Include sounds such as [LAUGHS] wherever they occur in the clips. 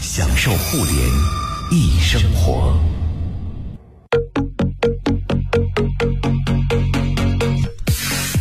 享受互联易生活。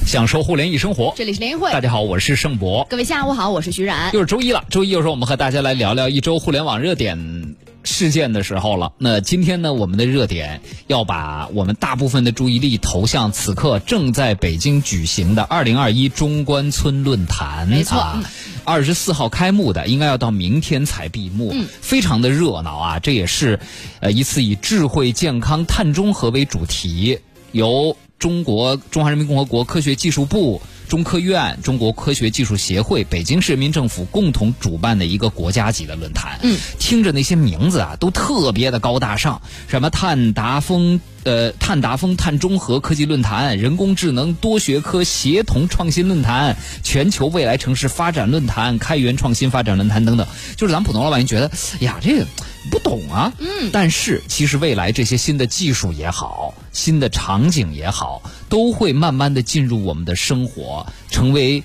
享受互联易生活，这里是联谊会大，家好，我是盛博。各位下午好，我是徐冉。又是周一了，周一又是我们和大家来聊聊一周互联网热点事件的时候了。那今天呢，我们的热点要把我们大部分的注意力投向此刻正在北京举行的二零二一中关村论坛。没错嗯啊，二十四号开幕的，应该要到明天才闭幕，嗯非常的热闹啊！这也是，呃，一次以智慧、健康、碳中和为主题，由中国中华人民共和国科学技术部、中科院、中国科学技术协会、北京市人民政府共同主办的一个国家级的论坛。嗯，听着那些名字啊，都特别的高大上，什么碳达峰。呃，碳达峰、碳中和科技论坛、人工智能多学科协同创新论坛、全球未来城市发展论坛、开源创新发展论坛等等，就是咱们普通老百姓觉得，哎呀，这个不懂啊。嗯。但是其实未来这些新的技术也好，新的场景也好，都会慢慢的进入我们的生活，成为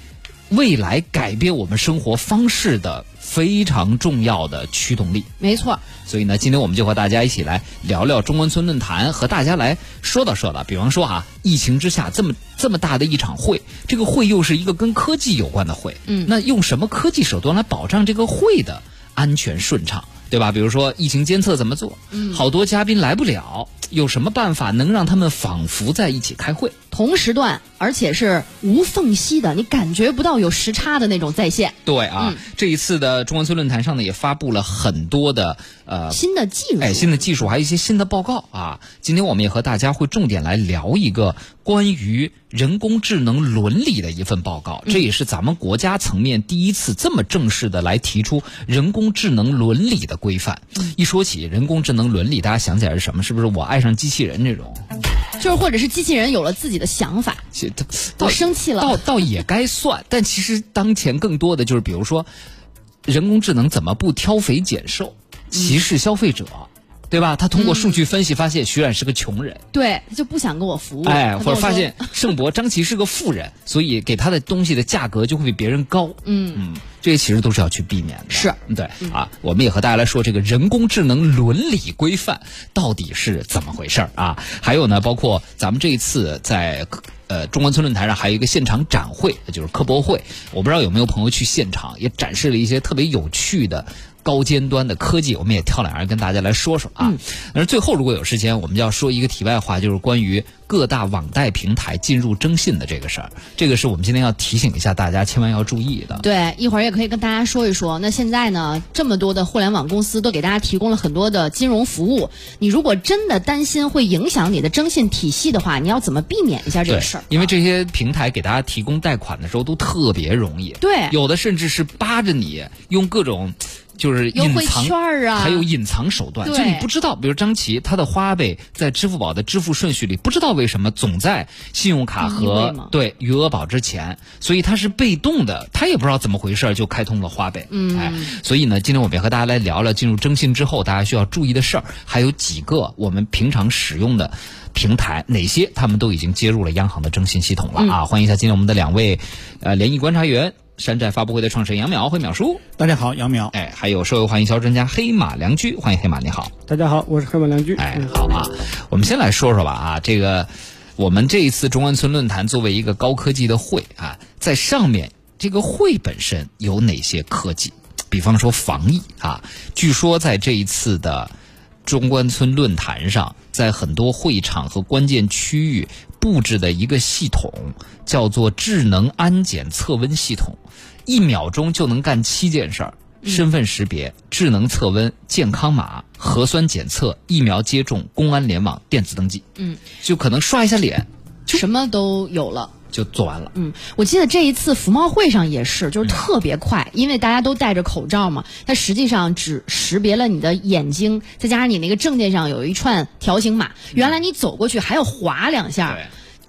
未来改变我们生活方式的非常重要的驱动力。没错，所以呢，今天我们就和大家一起来聊聊中关村论坛，和大家来说道说道。比方说啊，疫情之下这么这么大的一场会，这个会又是一个跟科技有关的会，嗯，那用什么科技手段来保障这个会的安全顺畅，对吧？比如说疫情监测怎么做？嗯，好多嘉宾来不了，有什么办法能让他们仿佛在一起开会？同时段，而且是无缝隙的，你感觉不到有时差的那种在线。对啊，这一次的中关村论坛上呢，也发布了很多的呃新的技术，哎，新的技术，还有一些新的报告啊。今天我们也和大家会重点来聊一个关于人工智能伦理的一份报告，这也是咱们国家层面第一次这么正式的来提出人工智能伦理的规范。一说起人工智能伦理，大家想起来是什么？是不是我爱上机器人这种？就是或者是机器人有了自己的想法，其它我倒生气了倒倒也该算。但其实当前更多的就是，比如说，人工智能怎么不挑肥拣瘦，嗯歧视消费者，对吧？他通过数据分析发现，徐冉是个穷人，对，他就不想跟我服务。哎，他跟或者我发说现盛博张琪是个富人，所以给他的东西的价格就会比别人高。嗯嗯，这些其实都是要去避免的。是对啊，我们也和大家来说这个人工智能伦理规范到底是怎么回事儿啊？还有呢，包括咱们这一次在。呃，中关村论坛上还有一个现场展会，就是科博会。我不知道有没有朋友去现场，也展示了一些特别有趣的高尖端的科技，我们也挑两样跟大家来说说啊。而最后如果有时间，我们就要说一个题外话，就是关于各大网贷平台进入征信的这个事儿。这个是我们今天要提醒一下大家，千万要注意的。对，一会儿也可以跟大家说一说。那现在呢，这么多的互联网公司都给大家提供了很多的金融服务。你如果真的担心会影响你的征信体系的话，你要怎么避免一下这对个事儿？啊因为这些平台给大家提供贷款的时候都特别容易，对有的甚至是扒着你用各种就是优隐惠藏券儿啊还有隐藏手段，对就你不知道，比如张琪他的花呗在支付宝的支付顺序里，不知道为什么总在信用卡第一位和吗对余额宝之前，所以他是被动的，他也不知道怎么回事儿就开通了花呗，嗯，哎，所以呢，今天我们也和大家来聊聊进入征信之后大家需要注意的事儿，还有几个我们平常使用的平台，哪些他们都已经接入了央行的征信系统了嗯啊？欢迎一下今天我们的两位呃联谊观察员。山寨发布会的创始人杨淼，会淼叔，大家好，杨淼。哎，还有社会化营销专家黑马良驹，欢迎黑马，你好。大家好，我是黑马良驹。哎，好啊，我们先来说说吧啊，这个我们这一次中关村论坛作为一个高科技的会啊，在上面这个会本身有哪些科技？比方说防疫啊，据说在这一次的中关村论坛上，在很多会场和关键区域布置的一个系统叫做智能安检测温系统，一秒钟就能干七件事儿。身份识别、智能测温、健康码、核酸检测、疫苗接种、公安联网、电子登记，嗯，就可能刷一下脸什么都有了。就做完了。嗯，我记得这一次服贸会上也是，就是特别快，因为大家都戴着口罩嘛，它实际上只识别了你的眼睛，再加上你那个证件上有一串条形码，原来你走过去还要划两下，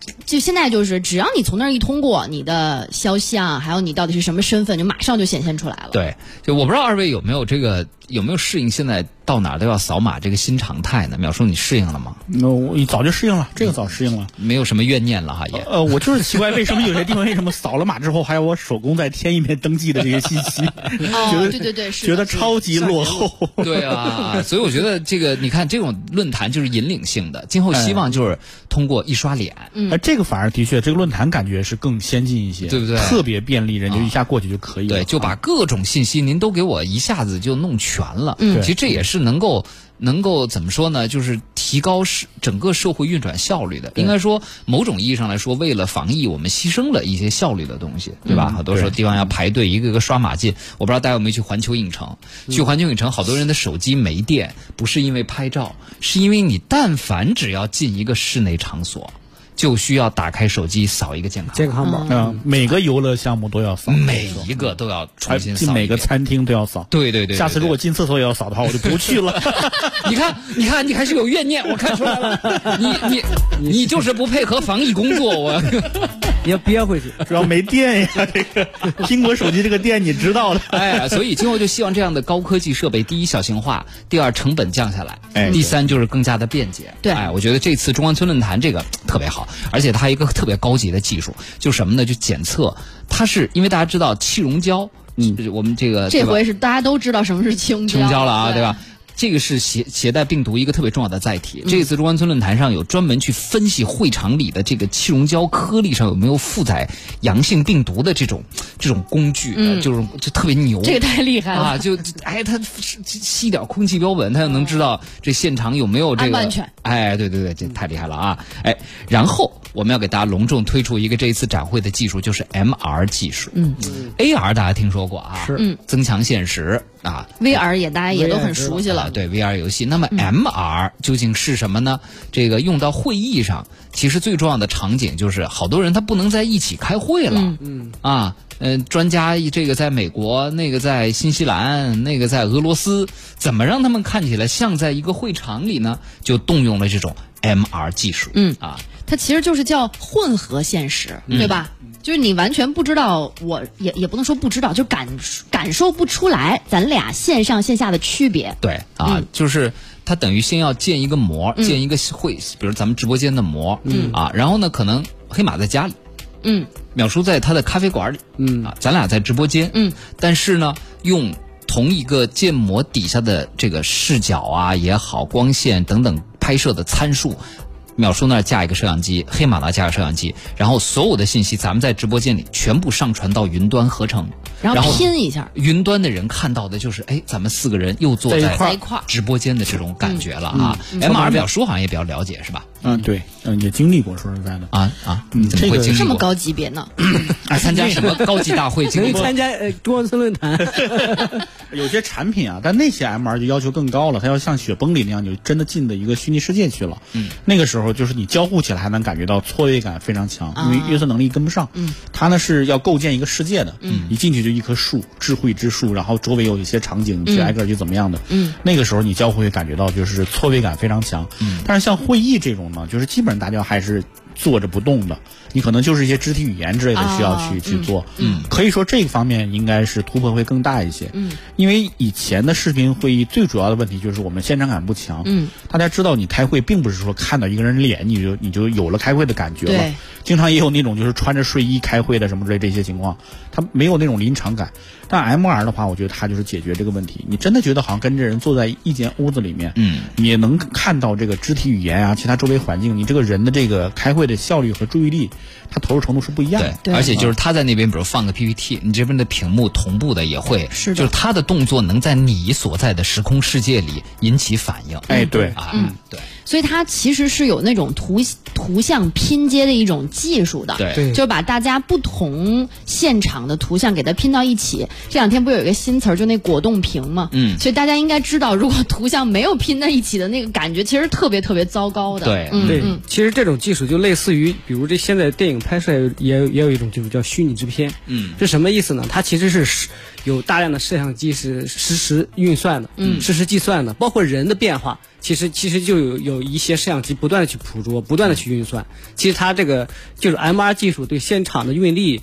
对，就现在就是只要你从那儿一通过，你的肖像还有你到底是什么身份，就马上就显现出来了。对，就我不知道二位有没有这个有没有适应现在到哪儿都要扫码这个新常态呢？淼叔，你适应了吗？那我早就适应了，这个早适应了。没有什么怨念了哈，也。呃，我就是奇怪，为什么有些地方为什么扫了码之后还要我手工再填一遍登记的这个信 [LAUGHS] 息，觉哦，得对对对，是觉的得超级落后。对啊，所以我觉得这个，你看这种论坛就是引领性的，今后希望就是通过一刷脸，呃，这个反而的确，这个论坛感觉是更先进一些，嗯对不对特别便利，人就一啊下过去就可以了。对，就把各种信息您都给我一下子就弄全了。嗯对其实这也是能够能够怎么说呢？就是提高是整个社会运转效率的。应该说，某种意义上来说，为了防疫，我们牺牲了一些效率的东西，对嗯吧？好多时候地方要排队，一个个刷码进。我不知道大家有没有去环球影城？嗯去环球影城，好多人的手机没电，不是因为拍照，是因为你但凡只要进一个室内场所，就需要打开手机扫一个健康码。健康宝，嗯，每个游乐项目都要扫，每一个都要重还新进扫哎每一个遍，餐厅都要扫。对对对对下次如对果进厕所也要扫的话，我就不 [LAUGHS] 去了。你看，你看，你还是有怨念，我看出来 [LAUGHS] 了。你你你就是不配合防疫工作，我别憋回 [LAUGHS] 去。主要没电呀，这个苹果手机这个电你知道的。哎，所以今后就希望这样的高科技设备，第一小型化，第二成本降下来，哎第三就是更加的便捷。对哎，我觉得这次中关村论坛这个特别好，而且它还有一个特别高级的技术，就什么呢？就检测，它是因为大家知道气溶胶，嗯，我们这个这对吧回是大家都知道什么 [LAUGHS] 是青青椒了啊，对对吧？？这个是携携带病毒一个特别重要的载嗯体。这次中关村论坛上有专门去分析会场里的这个气溶胶颗粒上有没有负载阳性病毒的这种这种工具的，就是就特别牛。嗯这个太厉害了， [LAUGHS] 啊，就哎，他吸吸一点空气标本，他就能知道这现场有没有这个安不安全哎，对对对，这太厉害了啊！哎，然后我们要给大家隆重推出一个这一次展会的技术，就是 MR 技术。嗯，AR 大家听说过啊？是嗯，增强现实啊。 VR 也大家也都很熟悉啊了，嗯对 VR 游戏。那么 MR 究竟是什么呢？这个用到会议上，其实最重要的场景就是好多人他不能在一起开会了，嗯啊。嗯，专家这个在美国，那个在新西兰，那个在俄罗斯，怎么让他们看起来像在一个会场里呢？就动用了这种 MR 技术，嗯啊，它其实就是叫混合现实，嗯对吧？就是你完全不知道，我也也不能说不知道，就感感受不出来咱俩线上线下的区别。对啊，嗯就是它等于先要建一个模，建一个会，比如咱们直播间的模，嗯啊，然后呢，可能黑马在家里，嗯，淼叔在他的咖啡馆里，嗯啊，咱俩在直播间，嗯，但是呢，用同一个建模底下的这个视角啊也好，光线等等拍摄的参数。淼叔那儿架一个摄像机，黑马那儿架个摄像机，然后所有的信息咱们在直播间里全部上传到云端合成，然后拼一下，云端的人看到的就是，哎，咱们四个人又坐在一儿块在一块儿嗯直播间的这种感觉了啊。M R 表叔好像也比较了解是吧？嗯，对，嗯，也经历过，说实在的，啊啊，嗯你怎么会这个经历这么过？高级别呢？啊参 [LAUGHS] 加什么高级大会经等历于过？参 [LAUGHS] 加呃中关村论坛，有些产品啊，但那些 MR 就要求更高了，它要像雪崩里那样，你就真的进的一个虚拟世界去了。嗯，那个时候就是你交互起来还能感觉到错位感非常强，因为约瑟能力跟不上。啊嗯，它呢是要构建一个世界的，嗯，一进去就一棵树，智慧之树，然后周围有一些场景，你去挨个儿去怎么样的。嗯，那个时候你交互会感觉到就是错位感非常强。嗯，但是像会议这种呢，就是基本上大家还是坐着不动的，你可能就是一些肢体语言之类的需要啊去、去做。嗯，可以说这个方面应该是突破会更大一些。嗯，因为以前的视频会议最主要的问题就是我们现场感不强。嗯，大家知道你开会并不是说看到一个人脸你就你就有了开会的感觉了对，经常也有那种就是穿着睡衣开会的什么之类这些情况，他没有那种临场感。但 MR 的话，我觉得它就是解决这个问题。你真的觉得好像跟这人坐在一间屋子里面，嗯，你也能看到这个肢体语言啊，其他周围环境，你这个人的这个开会的效率和注意力，它投入程度是不一样的。对，而且就是他在那边，比如放个 PPT，你这边的屏幕同步的也会，是的就是他的动作能在你所在的时空世界里引起反应。哎对啊，对所以它其实是有那种图图像拼接的一种技术的。。对对就是把大家不同现场的图像给它拼到一起。这两天不是有一个新词儿，就那果冻屏嘛，嗯所以大家应该知道，如果图像没有拼在一起的那个感觉，其实特别特别糟糕的。对嗯对，其实这种技术就类似于，比如这现在电影拍摄也有也有一种技术叫虚拟制片，嗯，这什么意思呢？它其实是实有大量的摄像机是实时运算的，嗯，实时计算的，包括人的变化，其实其实就有有一些摄像机不断的去捕捉，不断的去运算。其实它这个就是 MR 技术对现场的运力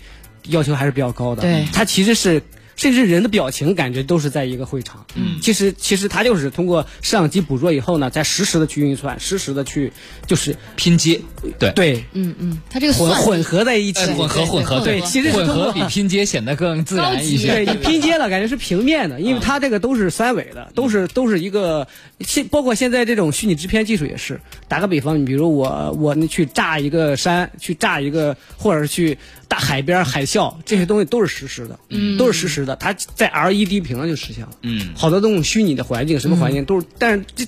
要求还是比较高的，对它其实是甚至人的表情感觉都是在一个会场。嗯，其实其实它就是通过摄像机捕捉以后呢，再实时的去运算，实时的去就是拼接，对对嗯嗯，它这个混算力混合在一起呃，混合混合对对其实是混合通过比拼接显得更自高然级一啊些对。你拼接了，感觉是平面的，因为它这个都是三维的，都是都是一个现，包括现在这种虚拟制片技术也是。打个比方，你比如我我那去炸一个山，去炸一个，或者是去大海边海啸，这些东西都是实时的，嗯，都是实时的，它在 E LED 屏上就实现了。嗯，好多这种虚拟的环境，什么环境都是，但是这。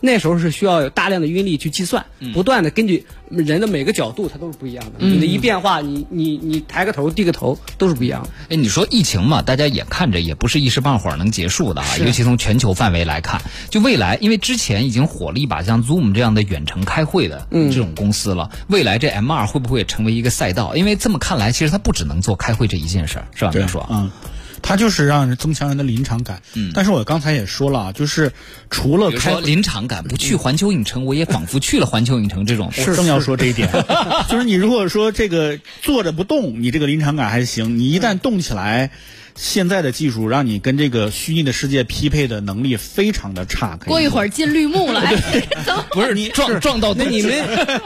那时候是需要有大量的运力去计算，嗯不断的根据人的每个角度，它都是不一样的。你的一变化，你你你抬个头、低个头都是不一样的。哎，你说疫情嘛，大家眼看着也不是一时半会儿能结束的啊，尤其从全球范围来看，就未来，因为之前已经火了一把像 Zoom 这样的远程开会的嗯这种公司了，未来这 M 二会不会也成为一个赛道？因为这么看来，其实它不只能做开会这一件事儿，是吧？啊明对，叔，嗯，它就是让人增强人的临场感。嗯，但是我刚才也说了啊，就是除了比如开说临场感，不去环球影城，我也仿佛去了环球影城这种。我正要说这一 [LAUGHS] 点，就是你如果说这个坐着不动，你这个临场感还行；你一旦动起来，现在的技术让你跟这个虚拟的世界匹配的能力非常的差。可以过一说会儿进绿幕了，哎，走不是撞撞到哎那你们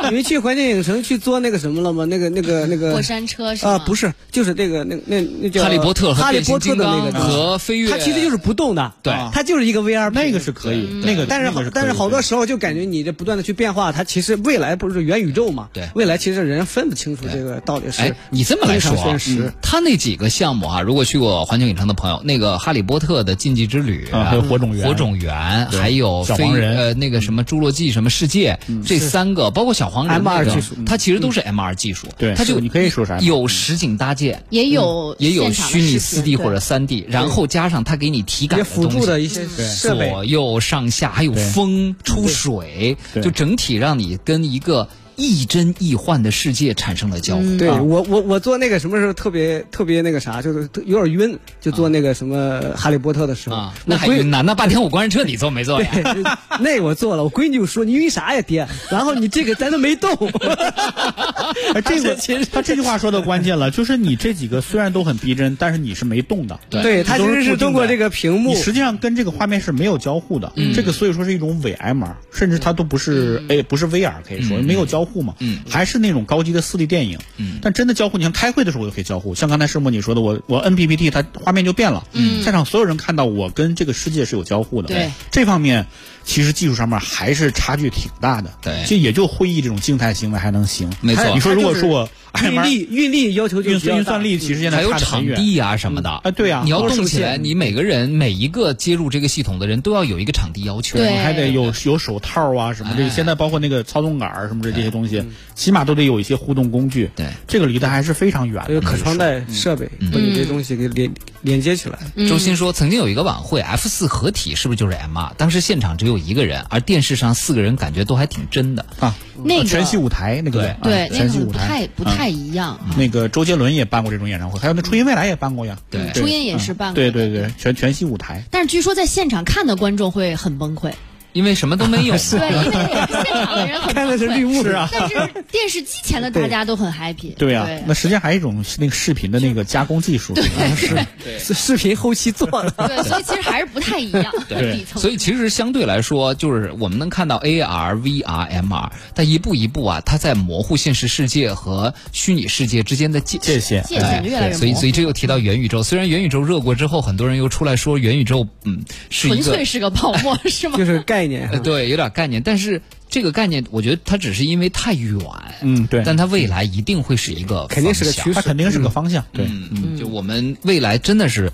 [LAUGHS] 你们去环境影城去坐那个什么了吗？那个那个那个过山车是吗？啊，不是，就是那个那那那叫哈利波特和哈利变波形特金的那刚个东西和飞跃，啊它其实就是不动的，对它就是一个 VR 那个屏是可以，嗯那个但是那好个，但是可以好多的时候就感觉你这不断的去变化，它其实未来不是元宇宙嘛？对未来其实人分不清楚对这个到底是哎，你这么来说真啊实现实，他那几个项目啊，如果去过环球影城的朋友，那个《哈利波特》的禁忌之旅啊还有火种园火种园，对还有小飞黄人嗯呃那个什么侏罗纪什么世界，这三个包括小黄人 M2 那个技术它其实都是 M 二技术，对它就是你可以说是 M2 有实景搭建。也有嗯也有嗯现场的虚拟视四频 D 或对者三 D，然后加上它给你体感也的辅助东西的一些设备。左右上下，还有对风、出水，对就整体让你跟一个亦真亦幻的世界产生了交互。对啊我我我做那个什么时候特别特别那个啥，就是特有点晕，就做那个什么哈利波特的时候，啊，嗯我那还闺云南那半天我关车，你做没做呀？对， [LAUGHS] 那我做了。我闺女就说：“你晕啥呀，爹？”然后你这个咱都没动。哎，这个 [LAUGHS] 其实他这句话说的关键了，就是你这几个虽然都很逼真，但是你是没动的。对对，它其实是通过这个屏幕你，实际上跟这个画面是没有交互的，这个所以说是一种伪 MR，甚至它都不是，哎，不是 VR，可以说、没有交互嘛，嗯还是那种高级的 4D 电影，嗯但真的交互，你像开会的时候我就可以交互，像刚才师母你说的，我我 NPPT 它画面就变了，嗯，在场所有人看到我跟这个世界是有交互的，对，这方面其实技术上面还是差距挺大的，对就也就会议这种静态行为还能行，没错它你说如果它就是说我 MR 运力运力要求就哎运比较算大运算力其实现还在有差得很场远，地啊什么的。啊，对啊，你要动起光来，受限你每个人每一个接入这个系统的人都要有一个场地要求。对你还得有哎有手套啊什么这哎个，现在包括那个操纵杆儿什么的哎这些东嗯西，起码都得有一些互动工具。对，这个离得还是非常远还的。有可穿戴嗯设备，把你这东西给连连接起来。嗯周鑫说，曾经有一个晚会，F 四合体是不是就是 M 二？当时现场只有一个人，而电视上四个人，感觉都还挺真的。啊，嗯那个全息舞台那个对啊那全息个舞不台嗯太不太一样。那个周杰伦也办过这种演唱会，还有那初音未来也办过呀。对嗯初音也是办过对的对对，全全息舞台。但是据说在现场看的观众会很崩溃，因为什么都没 [LAUGHS] 有嘛。啊对，因为现场的人很崩看的是绿溃。幕是啊，但是电视机前的大家都很 happy，对呀，那实际上还有一种那个视频的那个加工技术。啊是视视频后期做的。对，所以其实还是不太一样，对底层。所以其实相对来说，就是我们能看到 AR、VR、MR，它一步一步啊，它在模糊现实世界和虚拟世界之间的界界限界限越来越哎模糊嗯所以，所以这又提到元宇宙。虽然元宇宙热过之后，很多人又出来说元宇宙，嗯，是纯一粹个是个泡沫，是吗？就是概念啊呃哈，对有点概念，但是这个概念，我觉得它只是因为太远，嗯，对，但它未来一定会是一个肯定是个方向趋势它肯定是个方向。对，嗯，就我们未来真的是，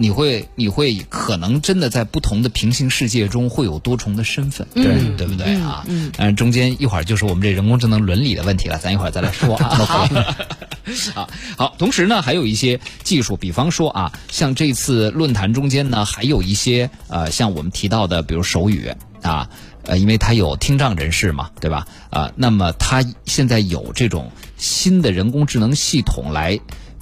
你会你会可能真的在不同的平行世界中会有多重的身份，嗯对对不对啊？嗯，但是中间一会儿就是我们这人工智能伦理的问题了，咱一会儿再来说啊。好。 [LAUGHS] 啊，好，同时呢，还有一些技术，比方说啊，像这次论坛中间呢，还有一些呃，像我们提到的，比如手语啊，呃，因为它有听障人士嘛，对吧？啊、那么它现在有这种新的人工智能系统来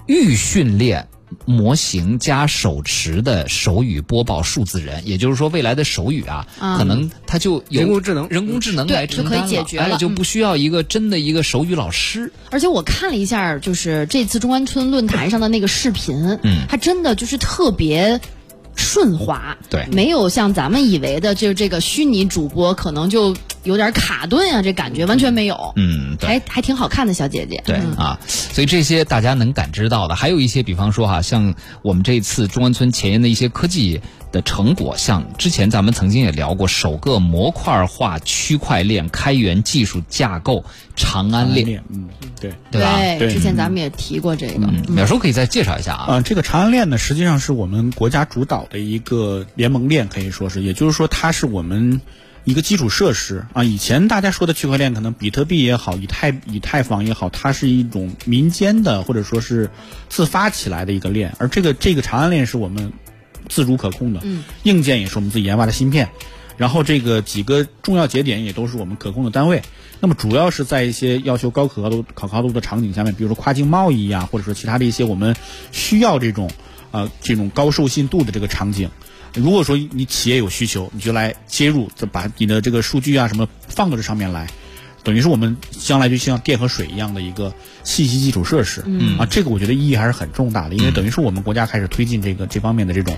预训练模型加手持的手语播报数字人，也就是说，未来的手语啊，可能它就有人工智能人工智能对来承担就可以解决哎了嗯就不需要一个真的一个手语老师。而且我看了一下，就是这次中关村论坛上的那个视频，嗯它真的就是特别。顺滑，对没有像咱们以为的，就是这个虚拟主播可能就有点卡顿啊，这感觉完全没有，嗯，对。还还挺好看的小姐姐，对嗯啊，所以这些大家能感知到的，还有一些，比方说哈、像我们这次中关村前沿的一些科技的成果，像之前咱们曾经也聊过，首个模块化区块链开源技术架构长安链，链，嗯，对。对吧？对之前咱们也提过这个，嗯，淼叔可以再介绍一下啊。啊、这个长安链呢，实际上是我们国家主导的一个联盟链，可以说是，也就是说，它是我们一个基础设施啊。以前大家说的区块链，可能比特币也好，以太以太坊也好，它是一种民间的或者说是自发起来的一个链，而这个这个长安链是我们自主可控的，嗯硬件也是我们自己研发的芯片，然后这个几个重要节点也都是我们可控的单位。那么主要是在一些要求高可靠度、可靠度的场景下面，比如说跨境贸易呀、或者说其他的一些我们需要这种呃这种高授信度的这个场景。如果说你企业有需求，你就来接入，就把你的这个数据啊什么放到这上面来，等于是我们将来就像电和水一样的一个信息基础设施。嗯啊，这个我觉得意义还是很重大的，因为等于是我们国家开始推进这个这方面的这种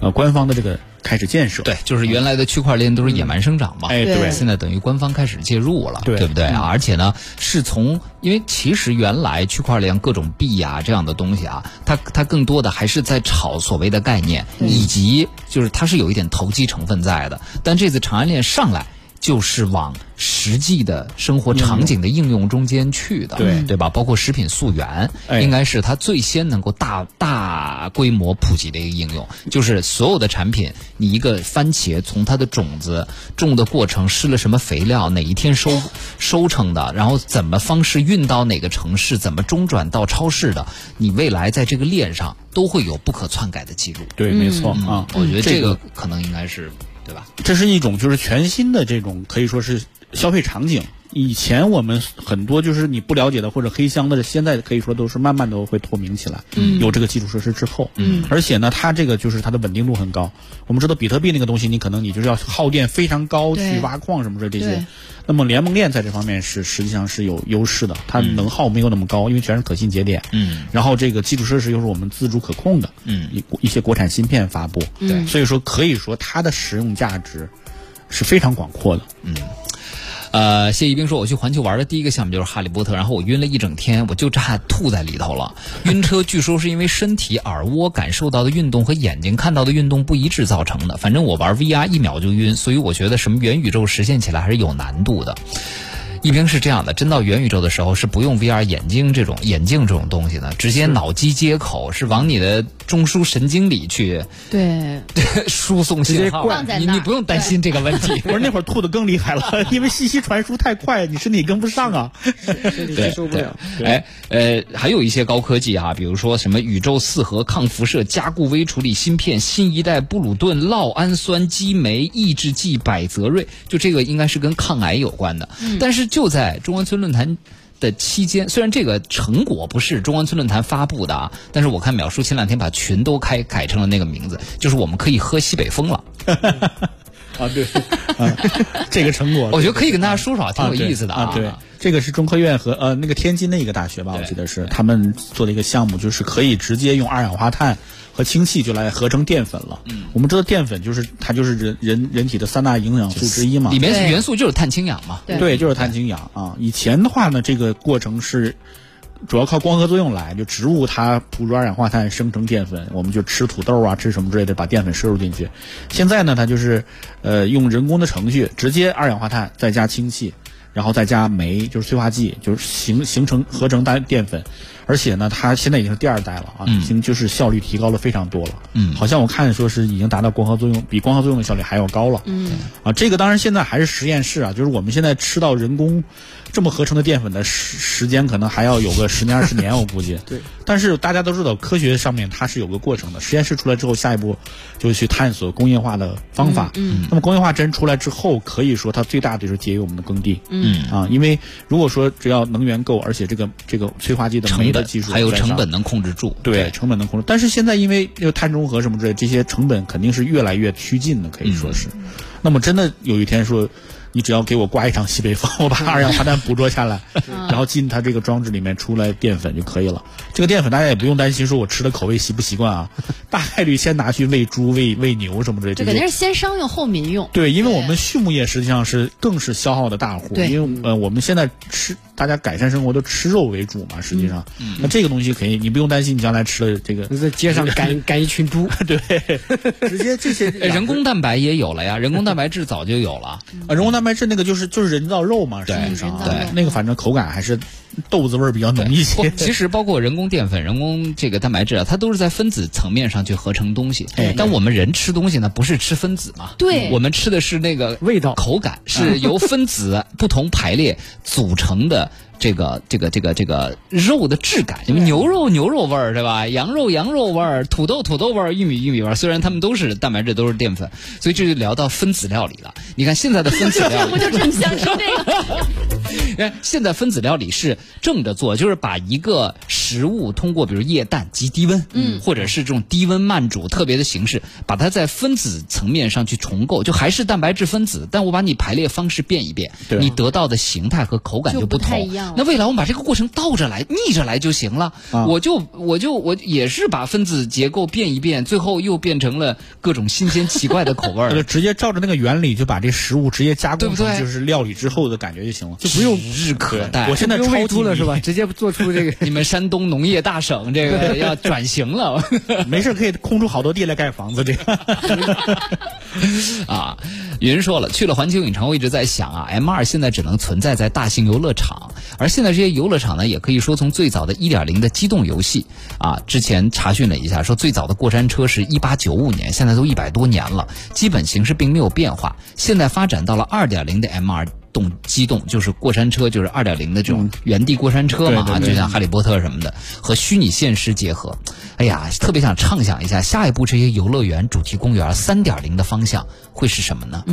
呃官方的这个开始建设。对，就是原来的区块链都是野蛮生长嘛，哎，对现在等于官方开始介入了，对不对啊？而且呢，是从因为其实原来区块链各种币啊这样的东西啊，它它更多的还是在炒所谓的概念，以及就是它是有一点投机成分在的。但这次长安链上来。就是往实际的生活场景的应用中间去的，对对吧？包括食品溯源，哎应该是它最先能够大大规模普及的一个应用，就是所有的产品，你一个番茄从它的种子种的过程施了什么肥料，哪一天收收成的，然后怎么方式运到哪个城市，怎么中转到超市的，你未来在这个链上都会有不可篡改的记录。对，没错啊，我觉得嗯这这个个可能应该是对吧？这是一种就是全新的这种可以说是消费场景。以前我们很多就是你不了解的或者黑箱的，现在可以说都是慢慢都会透明起来。嗯，有这个基础设施之后，嗯，而且呢，它这个就是它的稳定度很高。我们知道比特币那个东西，你可能你就是要耗电非常高对去挖矿什么的这对些。那么联盟链在这方面是实际上是有优势的，它能耗没有那么高，因为全是可信节点。嗯，然后这个基础设施又是我们自主可控的，嗯一一些国产芯片发布，对所以说可以说它的使用价值是非常广阔的。呃，谢一冰说，我去环球玩的第一个项目就是《哈利波特》，然后我晕了一整天，我就差吐在里头了。晕车据说是因为身体、耳蜗感受到的运动和眼睛看到的运动不一致造成的。反正我玩 VR 一秒就晕，所以我觉得什么元宇宙实现起来还是有难度的。一冰是这样的，真到元宇宙的时候是不用 VR 眼睛这种眼镜这种东西的，直接脑机接口是往你的中枢神经里去对， [LAUGHS] 输送信号灌，你你不用担心这个问题。不是那会儿吐的更厉害 [LAUGHS] 了，因为信息传输太快，你身体跟不上啊。身对体接受不对了。哎，呃，还有一些高科技哈、啊比如说什么宇宙四核抗辐射加固微处理芯片、新一代布鲁顿酪氨酸激酶抑制剂百泽瑞，就这个应该是跟抗癌有关的。但是就在中关村论坛。的期间，虽然这个成果不是中关村论坛发布的啊，但是我看淼叔前两天把群都开改成了那个名字，就是我们可以喝西北风了。啊，对，啊，这个成果，我觉得可以跟大家说说啊，挺有意思的哦啊对，这个是中科院和呃那个天津的一个大学吧，对我记得是他们做的一个项目，就是可以直接用二氧化碳和氢气就来合成淀粉了。嗯，我们知道淀粉就是它就是人人人体的三大营养素之一嘛，里面对元素就是碳氢氧嘛。对对，就是碳氢氧啊。以前的话呢，这个过程是主要靠光合作用来，就植物它捕入二氧化碳生成淀粉，我们就吃土豆啊，吃什么之类的，把淀粉摄入进去。现在呢，它就是呃用人工的程序，直接二氧化碳再加氢气，然后再加酶，就是催化剂，就是形形成合成单淀粉。而且呢，它现在已经是第二代了啊，已经就是效率提高了非常多了。嗯好像我看说是已经达到光合作用，比光合作用的效率还要高了。嗯，啊，这个当然现在还是实验室啊，就是我们现在吃到人工这么合成的淀粉的时时间，可能还要有个十年二十年，我估 [LAUGHS] 计。对。但是大家都知道，科学上面它是有个过程的，实验室出来之后，下一步就去探索工业化的方法。嗯。那么工业化真出来之后，可以说它最大的就是节约我们的耕地。嗯啊，因为如果说只要能源够，而且这个这个催化剂的嗯成酶的本技术还有在上成本能控制住。对，成本能控制。但是现在因为这个碳中和什么之类，这些成本肯定是越来越趋近的，可以说是。那么真的有一天说，你只要给我刮一场西北风，我把二氧化碳捕捉下来，然后进它这个装置里面出来淀粉就可以了。这个淀粉大家也不用担心，说我吃的口味习不习惯啊，大概率先拿去喂猪、喂喂牛什么之类这的。肯定是先商用后民用。对，因为我们畜牧业实际上是更是消耗的大户，对因为呃我们现在吃大家改善生活都吃肉为主嘛，实际上，那这个东西可以，你不用担心你将来吃了这个在街上赶赶一 [LAUGHS] 群猪，直接这些哎人工蛋白也有了呀，人工蛋白质早就有 [LAUGHS] 了。啊，人工蛋白质那个就是就是人造肉嘛，实对际上啊人造肉那个反正口感还是豆子味儿比较浓一不些，其实包括人工淀粉、人工这个蛋白质啊，它都是在分子层面上去合成东西。哎但我们人吃东西呢，不是吃分子嘛？对我们吃的是那个味道口感是由分子不同排列组成的。这个这个这个这个肉的质感，因为牛肉牛肉味儿对吧？羊肉羊肉味儿，土豆土豆味儿，玉米玉米味儿。虽然它们都是蛋白质，都是淀粉，所以这就聊到分子料理了。你看现在的分子料理， [LAUGHS] 我就正想说这 [LAUGHS] 个，哎，现在分子料理是正着做，就是把一个食物通过比如液氮及低温，嗯，或者是这种低温慢煮特别的形式，把它在分子层面上去重构，就还是蛋白质分子，但我把你排列方式变一变，对你得到的形态和口感就不不太同。一样了那未来我们把这个过程倒着来、逆着来就行了。啊我就我就我也是把分子结构变一变，最后又变成了各种新鲜奇怪的口味 [LAUGHS] 那 [LAUGHS] 就儿。直接照着那个原理就把这食物直接加对工不成对就是料理之后的感觉就行了，就不用指日可待，我现在不用超喂级猪了是吧？迷？直接做出这个 [LAUGHS] 你们山东农业大省这个 [LAUGHS] 要转型 [LAUGHS] 了 [LAUGHS] 没事可以空出好多地来盖房子，这个啊！云说了，去了环球影城，我一直在想啊，M 二现在只能存在在大型游乐场，而现在这些游乐场呢，也可以说从最早的1.0的机动游戏啊，之前查询了一下，说最早的过山车是1895年，现在都一百多年了，基本形式并没有变化，现在发展到了2.0的 M 二。动机动就是过山车，就是2.0的这种嗯原地过山车嘛，对对啊对就像哈利波特什么的，和虚拟现实结合。哎呀，特别想畅想一下，下一步这些游乐园、主题公园3.0的方向会是什么呢？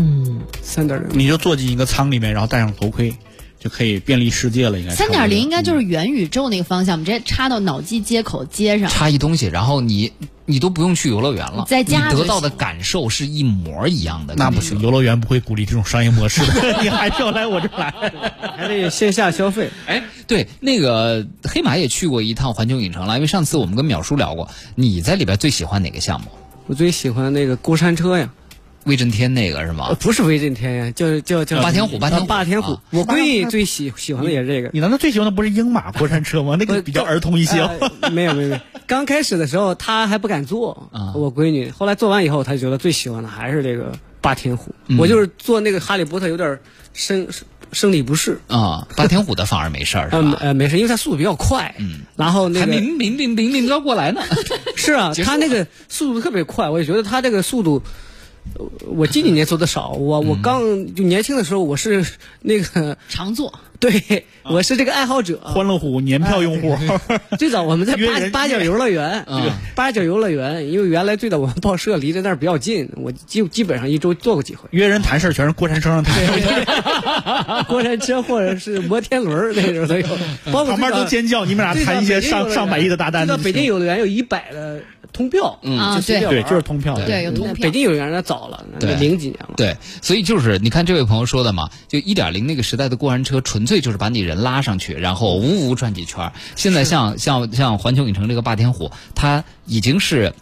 三点零，你就坐进一个舱里面，然后戴上头盔，就可以便利世界了，应该差三不多。点零应该就是元宇宙那个方向，我们直接插到脑机接口接上。插一东西，然后你你都不用去游乐园了，在家你就得到的感受是一模一样的。那跟不你行，游乐园不会鼓励这种商业模式的， [LAUGHS] 你还是要来我这儿来。还得线下消费。哎，对，那个黑马也去过一趟环球影城了，因为上次我们跟淼叔聊过，你在里边最喜欢哪个项目？我最喜欢那个过山车呀，威震天那个是吗呃？不是威震天呀，叫叫叫霸天虎霸天虎霸天虎啊。我闺女最喜喜欢的也是这个。你难道最喜欢的不是英马过山车吗？那个比较儿童一些哦。呃没有没有没有，刚开始的时候她还不敢坐啊，我闺女。后来做完以后，她觉得最喜欢的还是这个霸天虎。嗯我就是做那个哈利波特有点生生理不适，啊、霸天虎的反而没事儿是嗯吧？嗯呃没事，因为它速度比较快，然后那还个明明明明明着过来呢，是啊，结束他那个速度特别快，我也觉得他这个速度。呃我近几年做的少，我嗯我刚就年轻的时候，我是那个常坐，对，啊我是这个爱好者。欢乐虎年票用户，最早我们在约八人，八角游乐园啊嗯，八角游乐园，因为原来最早我们报社离着那儿比较近，我基基本上一周坐过几回 [LAUGHS] [LAUGHS] 约人谈事儿全是过山车上谈，过山车或者是摩天轮儿那时候都有，包括嗯旁边都尖叫，你们俩谈一些上上百亿的大单到子。嗯北京游乐园有一百的通票，嗯啊就随便对，玩儿就是通票的。对，有通那票北。京游乐园那早了，对那零几年了。对，所以就是你看这位朋友说的嘛，就一点零那个时代的过山车，纯粹就是把你人拉上去，然后呜呜转几圈儿。现在像像像环球影城这个霸天虎，它已经是。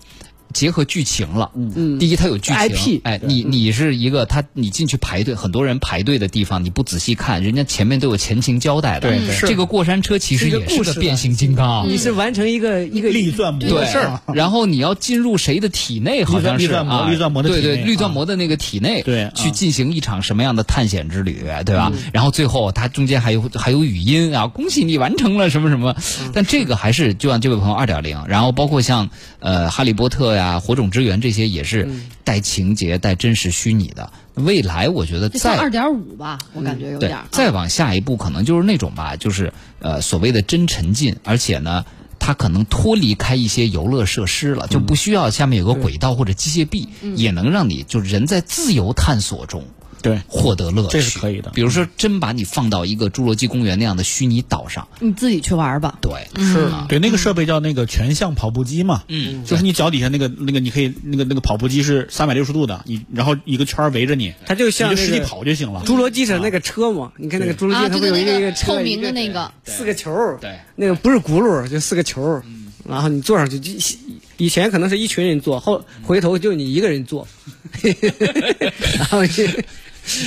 结合剧情了，嗯，第一它有剧情 IP 哎，你你是一个他，你进去排队，很多人排队的地方，你不仔细看，人家前面都有前情交代的。对对这个过山车其实也是一是个故个事的嗯变形金刚，啊你是完成一个一个利钻模对式儿， [LAUGHS] 然后你要进入谁的体内，好像是绿钻绿钻膜啊绿钻膜的体内对对，啊绿钻膜的那个体内，对啊嗯去进行一场什么样的探险之旅，对吧？然后最后它中间还有还有语音啊，恭喜你完成了什么什么。嗯但这个还是就像这位朋友二点零，然后包括像呃《哈利波特》呀、《火种之源》这些也是嗯带情节、带真实虚拟的。未来我觉得就算再二点五吧，我感觉有对，点儿。啊再往下一步，可能就是那种吧，就是呃所谓的真沉浸，而且呢。它可能脱离开一些游乐设施了，就嗯不需要下面有个轨道或者机械臂，也能让你就人在自由探索中。对，获得乐趣，这是可以的比如说，真把你放到一个侏罗纪公园那样的虚拟岛上，你自己去玩吧。对，嗯啊是对那个设备叫那个全向跑步机嘛，嗯就是你脚底下那个那个你可以那个那个跑步机是三百六十度的，你然后一个圈儿围着你，它就像你那就实个地跑就行了。侏罗纪上那个车嘛，你看那个侏罗啊，纪它对不对，有一那个一个车透明的一个那个，四个球儿，对，那个不是轱辘就四个球儿，然后你坐上去就以前可能是一群人坐，后回头就你一个人坐， [LAUGHS] 然后就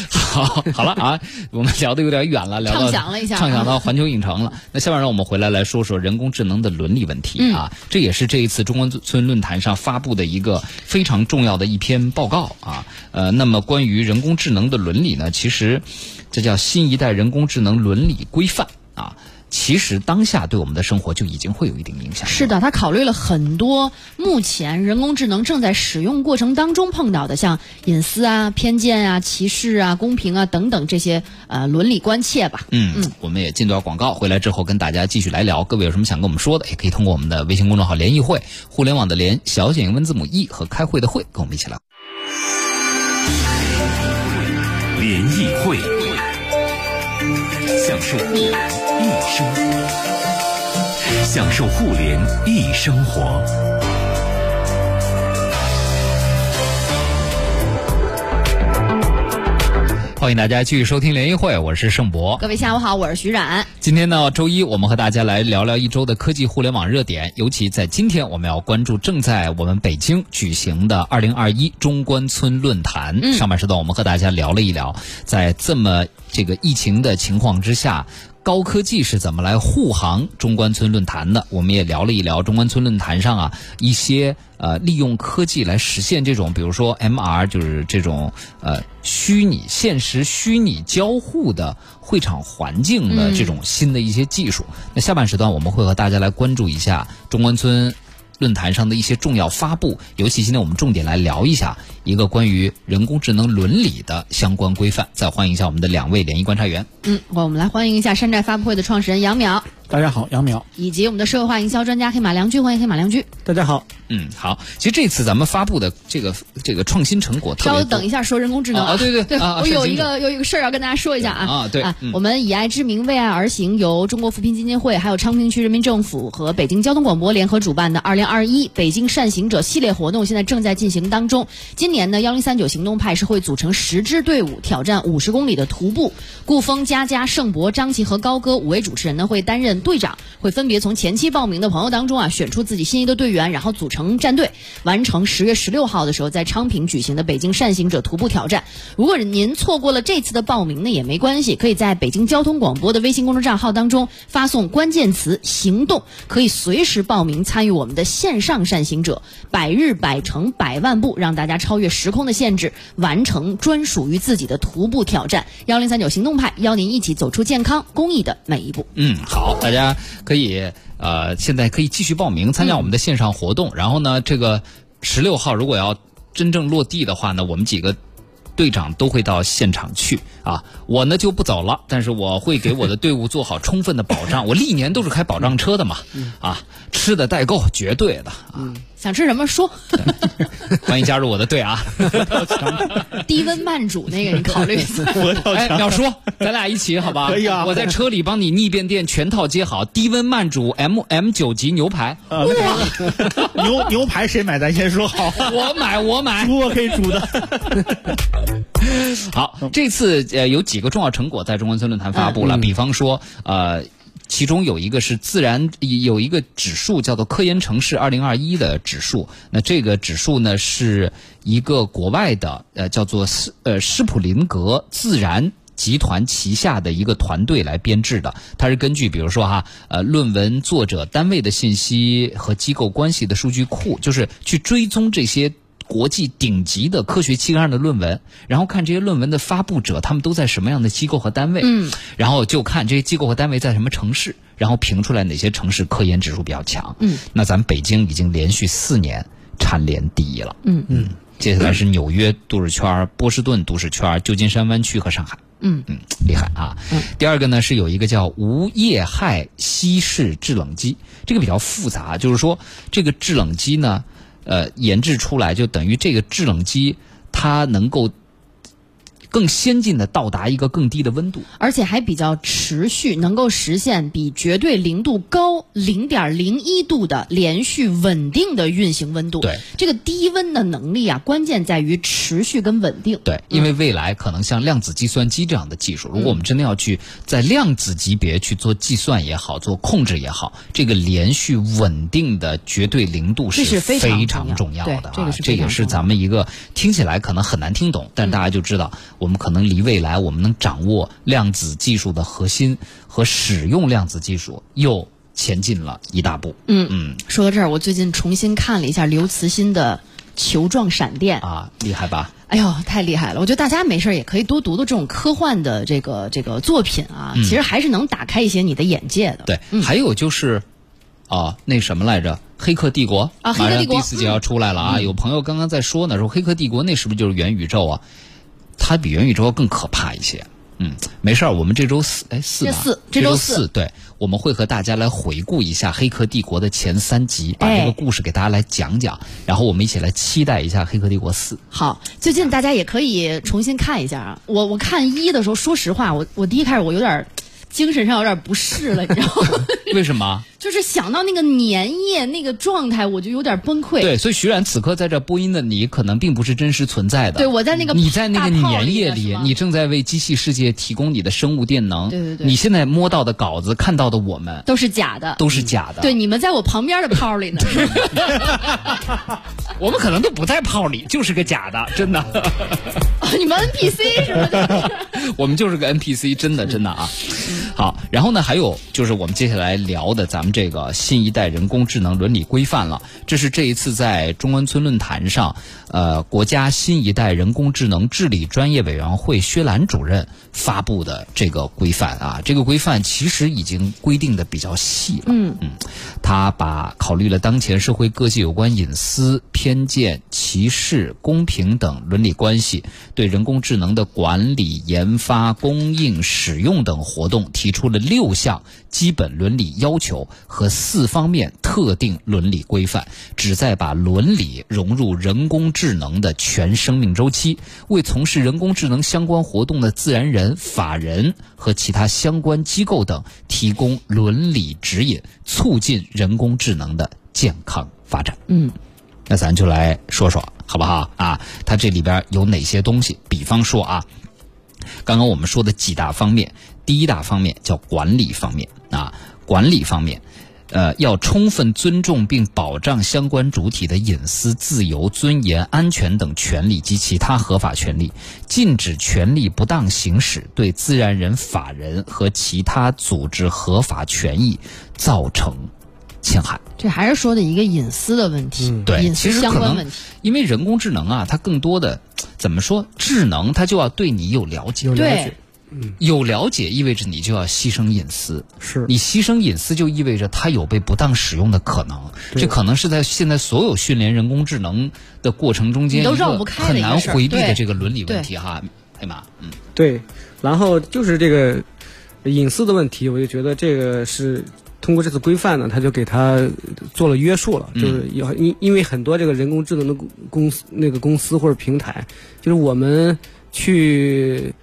好，好了啊，我们聊的有点远了，聊到畅想了一下啊畅想到环球影城了。那下面让我们回来来说说人工智能的伦理问题啊，嗯这也是这一次中关村论坛上发布的一个非常重要的一篇报告啊。呃，那么关于人工智能的伦理呢，其实这叫新一代人工智能伦理规范啊。其实当下对我们的生活就已经会有一定影响了。是的，他考虑了很多目前人工智能正在使用过程当中碰到的，像隐私啊、偏见啊、歧视啊、公平啊等等这些呃伦理关切吧。嗯，我们也进段广告，回来之后跟大家继续来聊。各位有什么想跟我们说的，也可以通过我们的微信公众号“联谊会”，互联网的联，小写英文字母 e 和开会的会，跟我们一起聊。联谊会，享受互联易生活，享受互联易生活。欢迎大家继续收听联谊会，我是盛博。各位下午好，我是徐冉。今天呢，周一我们和大家来聊聊一周的科技互联网热点，尤其在今天，我们要关注正在我们北京举行的2021中关村论坛。上半时段我们和大家聊了一聊，在这么这个疫情的情况之下。高科技是怎么来护航中关村论坛的？我们也聊了一聊中关村论坛上啊一些呃利用科技来实现这种，比如说 MR，就是这种呃虚拟现实、虚拟交互的呃会场环境的这种新的一些技术。那下半时段我们会和大家来关注一下中关村。论坛上的一些重要发布，尤其今天我们重点来聊一下一个关于人工智能伦理的相关规范。再欢迎一下我们的两位联谊观察员。嗯，我们来欢迎一下山寨发布会的创始人杨淼，大家好，杨淼，以及我们的社会化营销专家黑马良驹，欢迎黑马良驹。大家好，嗯，好，其实这次咱们发布的这个这个创新成果特别稍多，微等一下说人工智能啊对对 [LAUGHS] 对啊啊我是有是一是个有一个事儿要跟大家说一下啊啊对啊嗯，我们以爱之名为爱而行，由中国扶贫基金会、还有昌平区人民政府和北京交通广播联合主办的二零二一北京善行者系列活动，现在正在进行当中。今年呢，幺零三九行动派是会组成十支队伍，挑战五十公里的徒步。顾峰、佳佳、盛博、张琪和高歌五位主持人呢会担任队长，会分别从前期报名的朋友当中啊选出自己心仪的队员，然后组成战队，完成十月十六号的时候在昌平举行的北京善行者徒步挑战。如果您错过了这次的报名呢，也没关系，可以在北京交通广播的微信公众账号当中发送关键词“行动”，可以随时报名参与我们的线上善行者，百日百城百万步，让大家超越时空的限制，完成专属于自己的徒步挑战。幺零三九行动派邀您一起走出健康公益的每一步。嗯，好，大家可以呃，现在可以继续报名参加我们的线上活动。然后呢，这个十六号如果要真正落地的话呢，我们几个队长都会到现场去啊。我呢就不走了，但是我会给我的队伍做好充分的保障。我历年都是开保障车的嘛，嗯啊，吃的代购绝对的啊，想吃什么说，欢迎加入我的队啊！低温慢煮那个你考虑一下。佛跳哎，墙，淼叔，咱俩一起好吧？可以啊我在车里帮你逆变电全套接好，低温慢煮 M M 九级牛排，啊 [LAUGHS] 那个牛牛排谁买咱先说好，我买我买。猪我啊可以煮的。好，这次呃有几个重要成果在中关村论坛发布了，比方说呃。其中有一个是自然有一个指数叫做科研城市二零二一的指数，那这个指数呢是一个国外的呃叫做斯呃施普林格自然集团旗下的一个团队来编制的，它是根据比如说哈呃论文作者单位的信息和机构关系的数据库，就是去追踪这些。国际顶级的科学期刊上的论文，然后看这些论文的发布者，他们都在什么样的机构和单位，嗯，然后就看这些机构和单位在什么城市，然后评出来哪些城市科研指数比较强，嗯，那咱们北京已经连续四年蝉联第一了，嗯嗯，接下来是纽约都市圈、波士顿都市圈、旧金山湾区和上海，嗯嗯，厉害啊，第二个呢是有一个叫无液氦稀释制冷机，这个比较复杂，就是说这个制冷机呢，呃，研制出来就等于这个制冷机它能够更先进的到达一个更低的温度。而且还比较持续，能够实现比绝对零度高零点零一度的连续稳定的运行温度。对，这个低温的能力啊，关键在于持续跟稳定。对，因为未来可能像量子计算机这样的技术，如果我们嗯真的要去在量子级别去做计算也好，做控制也好，这个连续稳定的绝对零度这是非常非重常要重要对的这个啊是，这非也常是重要嗯咱们一个听起来可能很难听懂，但大家就知道，我们可能离未来我们能掌握量子技术的核心和使用量子技术又前进了一大步。嗯嗯说到这儿，我最近重新看了一下刘慈欣的《球状闪电》啊，厉害吧？哎呦，太厉害了！我觉得大家没事儿也可以多读读这种科幻的这个这个作品啊，嗯其实还是能打开一些你的眼界的。对，还有就是，啊，那什么来着，《黑客帝国》马啊黑客帝上国嗯第四季要出来了啊！有朋友刚刚在说呢，说《黑客帝国》那是不是就是元宇宙啊？它比元宇宙更可怕一些。嗯，没事儿，我们这周四，哎，四吧这四这这周四四，对，我们会和大家来回顾一下《黑客帝国》的前三集，把哎这个故事给大家来讲讲，然后我们一起来期待一下《黑客帝国 [LAUGHS] 四》。好，最近大家也可以重新看一下啊。我我看一的时候，说实话，我我第一开始我有点儿精神上有点儿不适了，你知道 [LAUGHS] 吗？为什么？就是想到那个粘液那个状态，我就有点崩溃。对，所以徐冉此刻在这播音的你，可能并不是真实存在的。对，我在那个你在那个大泡粘液里里面，是吗你正在为机器世界提供你的生物电能。对对对你现在摸到的稿子、看到的我们都是假的。都是假的。对，，你们在我旁边的泡里呢。我们可能都不在泡里，就是个假的，真的。 [LAUGHS] 你们 NPC 是吗？ [LAUGHS] 我们就是个 NPC，真的真的啊。好，然后呢，还有就是我们接下来聊的咱们这个新一代人工智能伦理规范了，这是这一次在中关村论坛上，呃，国家新一代人工智能治理专业委员会薛兰主任发布的这个规范啊。这个规范其实已经规定的比较细了，嗯嗯，他把考虑了当前社会各界有关隐私、偏见、歧视、公平等伦理关系，对人工智能的管理、研发、供应、使用等活动提出了六项基本伦理要求和四方面特定伦理规范，旨在把伦理融入人工智能的全生命周期，为从事人工智能相关活动的自然人、法人和其他相关机构等提供伦理指引，促进人工智能的健康发展。那咱就来说说好不好啊？它这里边有哪些东西？比方说啊，刚刚我们说的几大方面，第一大方面叫管理方面啊，管理方面。呃，要充分尊重并保障相关主体的隐私、自由、尊严、安全等权利及其他合法权利，禁止权利不当行使对自然人、法人和其他组织合法权益造成侵害。这还是说的一个隐私的问题，嗯对，隐其私实相可关能问题。因为人工智能啊，它更多的怎么说？智能它就要对你有了解，有了对解，有了解意味着你就要牺牲隐私。是你牺牲隐私就意味着它有被不当使用的可能，这可能是在现在所有训练人工智能的过程中间你都一个绕不开的很一个难事儿回避的对这个伦理问题哈，黑马，嗯，对，然后就是这个隐私的问题，我就觉得这个是通过这次规范呢，他就给他做了约束了，就是有因因为很多这个人工智能的公公司那个公司或者平台，就是我们去。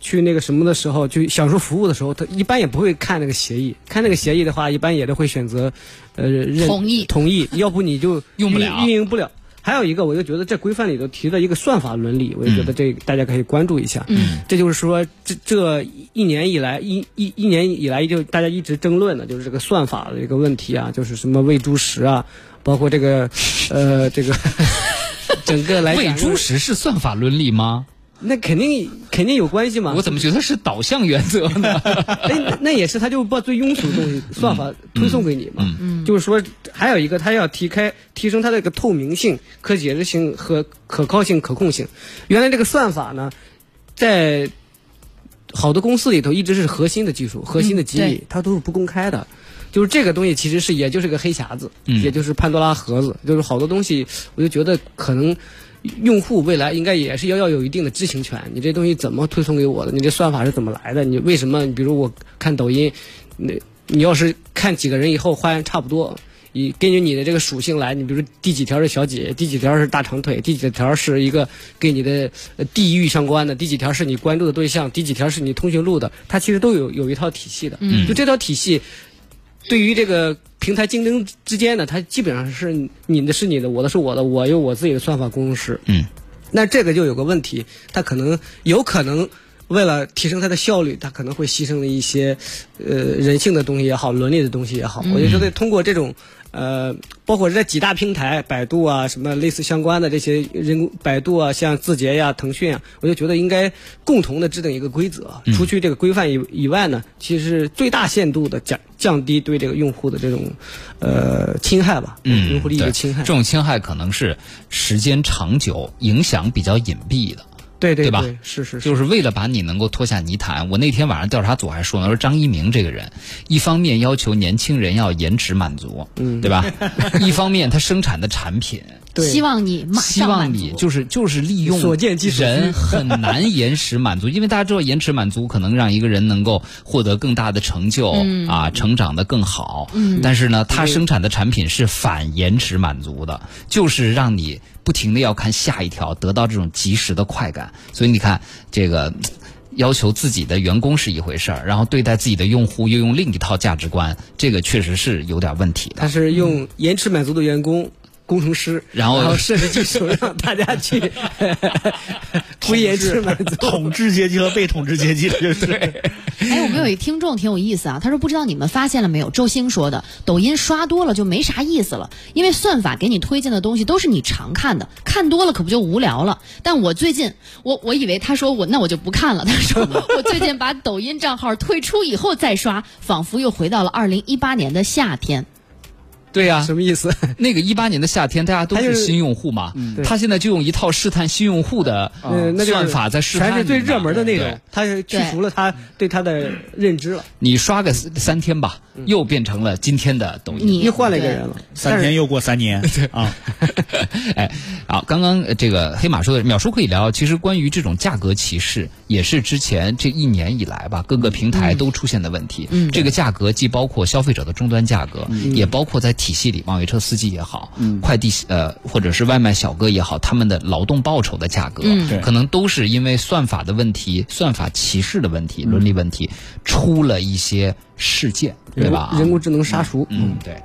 去那个什么的时候，去享受服务的时候，他一般也不会看那个协议。看那个协议的话，一般也都会选择，呃，认同意同意，要不你就用不运了运营不了。还有一个，我就觉得这规范里头提了一个算法伦理，我就觉得嗯这个大家可以关注一下。嗯，这就是说，这这一年以来，一一一年以来就大家一直争论的就是这个算法的一个问题啊，就是什么喂猪食啊，包括这个，[LAUGHS] 呃，这个整个来喂讲猪，食是算法伦理吗？那肯定肯定有关系嘛。我怎么觉得是导向原则 [LAUGHS] 呢？那那也是他就把最庸俗的东西嗯算法推送给你嘛。嗯，就是说还有一个，他要提开提升它的一个透明性、可解释性和可靠性、可控性。原来这个算法呢，在好多公司里头一直是核心的技术、核心的机密，对它都是不公开的。就是这个东西其实是也就是个黑匣子，也就是潘多拉盒子，就是好多东西，我就觉得可能。用户未来应该也是要要有一定的知情权，你这东西怎么推送给我的？你这算法是怎么来的？你为什么？你比如我看抖音，那你要是看几个人以后发现差不多，以根据你的这个属性来，你比如说第几条是小姐，第几条是大长腿，第几条是一个跟你的呃地域相关的，第几条是你关注的对象，第几条是你通讯录的，它其实都有有一套体系的。嗯，就这套体系，对于这个平台竞争之间呢，它基本上是你的是你的，我的是我的，我有我自己的算法公式。嗯，那这个就有个问题，它可能有可能为了提升它的效率，它可能会牺牲了一些呃人性的东西也好，伦理的东西也好。我嗯就觉得通过这种呃，包括这几大平台，百度啊，什么类似相关的这些人工，百度啊，像字节呀、腾讯啊，我就觉得应该共同的制定一个规则，啊嗯除去这个规范以以外呢，其实是最大限度的降降低对这个用户的这种呃侵害吧，嗯，用户利益对的侵害。这种侵害可能是时间长久、影响比较隐蔽的。对对对吧是是是，就是为了把你能够拖下泥潭。我那天晚上调查组还说呢，说张一鸣这个人，一方面要求年轻人要延迟满足，嗯，对吧？一方面他生产的产品，对希望你马希上满望足你就是就是利用所见即所知人很难延迟满足，因 [LAUGHS] 为大家知道延迟满足可能让一个人能够获得更大的成就、嗯啊，成长的更好。但是呢，他生产的产品是反延迟满足的，就是让你不停的要看下一条，得到这种及时的快感。所以你看这个。嗯要求自己的员工是一回事儿，然后对待自己的用户又用另一套价值观，这个确实是有点问题的。他是用延迟满足的员工。工程师，然后设计技术让大 [LAUGHS] 家去不延迟满足。统治阶级和被统治阶级的就是。哎，我们有一听众挺有意思啊，他说不知道你们发现了没有，周星说的，抖音刷多了就没啥意思了，因为算法给你推荐的东西都是你常看的，看多了可不就无聊了。但我最近，我我以为他说我那我就不看了，他说我最近把抖音账号退出以后再刷，仿佛又回到了二零一八年的夏天。对呀、 [LAUGHS] 什么意思？那个一八年的夏天，大家都他就是是新用户嘛，他现在就用一套试探新用户的嗯，那就是啊算法在试探，全是最热门的内容对。，它是去除了他对他的认知了，你刷个三三天吧，嗯又变成了今天的抖音。你又换了一个人了。三天又过三年啊，哎，好，刚刚呃这个黑马说的秒叔可以聊，其实关于这种价格歧视，也是之前这一年以来吧，各个平台都出现的问题。嗯，这个价格既包括消费者的终端价格，也包括在体系里网约车司机也好，快递呃或者是外卖小哥也好，他们的劳动报酬的价格，对可能都是因为算法的问题、算法歧视的问题、伦理问题，出了一些事件，对吧？人工智能杀熟，嗯，对，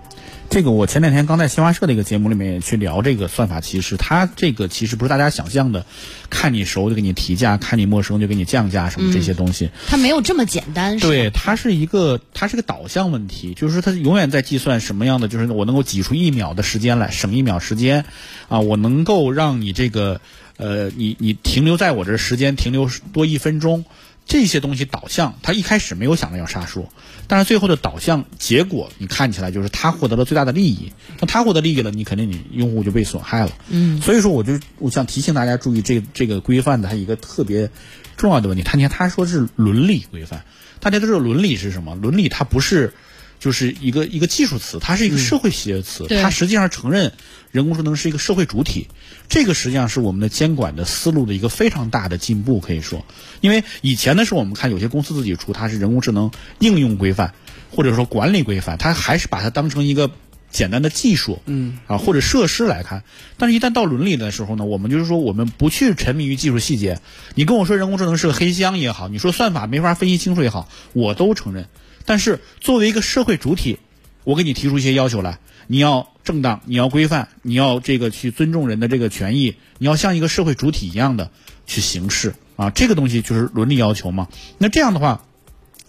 这个我前两天刚在新华社的一个节目里面也去聊这个算法歧视，它这个歧视不是大家想象的，看你熟就给你提价，看你陌生就给你降价什么这些东西。他没有这么简单，是吧对，它是一个，它是个导向问题，就是它永远在计算什么样的，就是我能够挤出一秒的时间来，省一秒时间，啊，我能够让你这个，呃，你你停留在我这儿时间停留多一分钟，这些东西导向，它一开始没有想到要杀熟，但是最后的导向结果，你看起来就是他获得了最大的利益，那他获得利益了，你肯定你用户就被损害了，嗯，所以说我就我想提醒大家注意这这个规范的它一个特别重要的问题，他你看他说是伦理规范。大家都知道伦理是什么？伦理它不是就是一个一个技术词，它是一个社会学词，对它实际上承认人工智能是一个社会主体。这个实际上是我们的监管的思路的一个非常大的进步，可以说，因为以前的时候我们看有些公司自己出它是人工智能应用规范，或者说管理规范，它还是把它当成一个。简单的技术，嗯，啊或者设施来看，但是一旦到伦理的时候呢，我们就是说我们不去沉迷于技术细节。你跟我说人工智能是个黑箱也好，你说算法没法分析清楚也好，我都承认。但是作为一个社会主体，我给你提出一些要求来，你要正当，你要规范，你要这个去尊重人的这个权益，你要像一个社会主体一样的去行事啊，这个东西就是伦理要求嘛。那这样的话。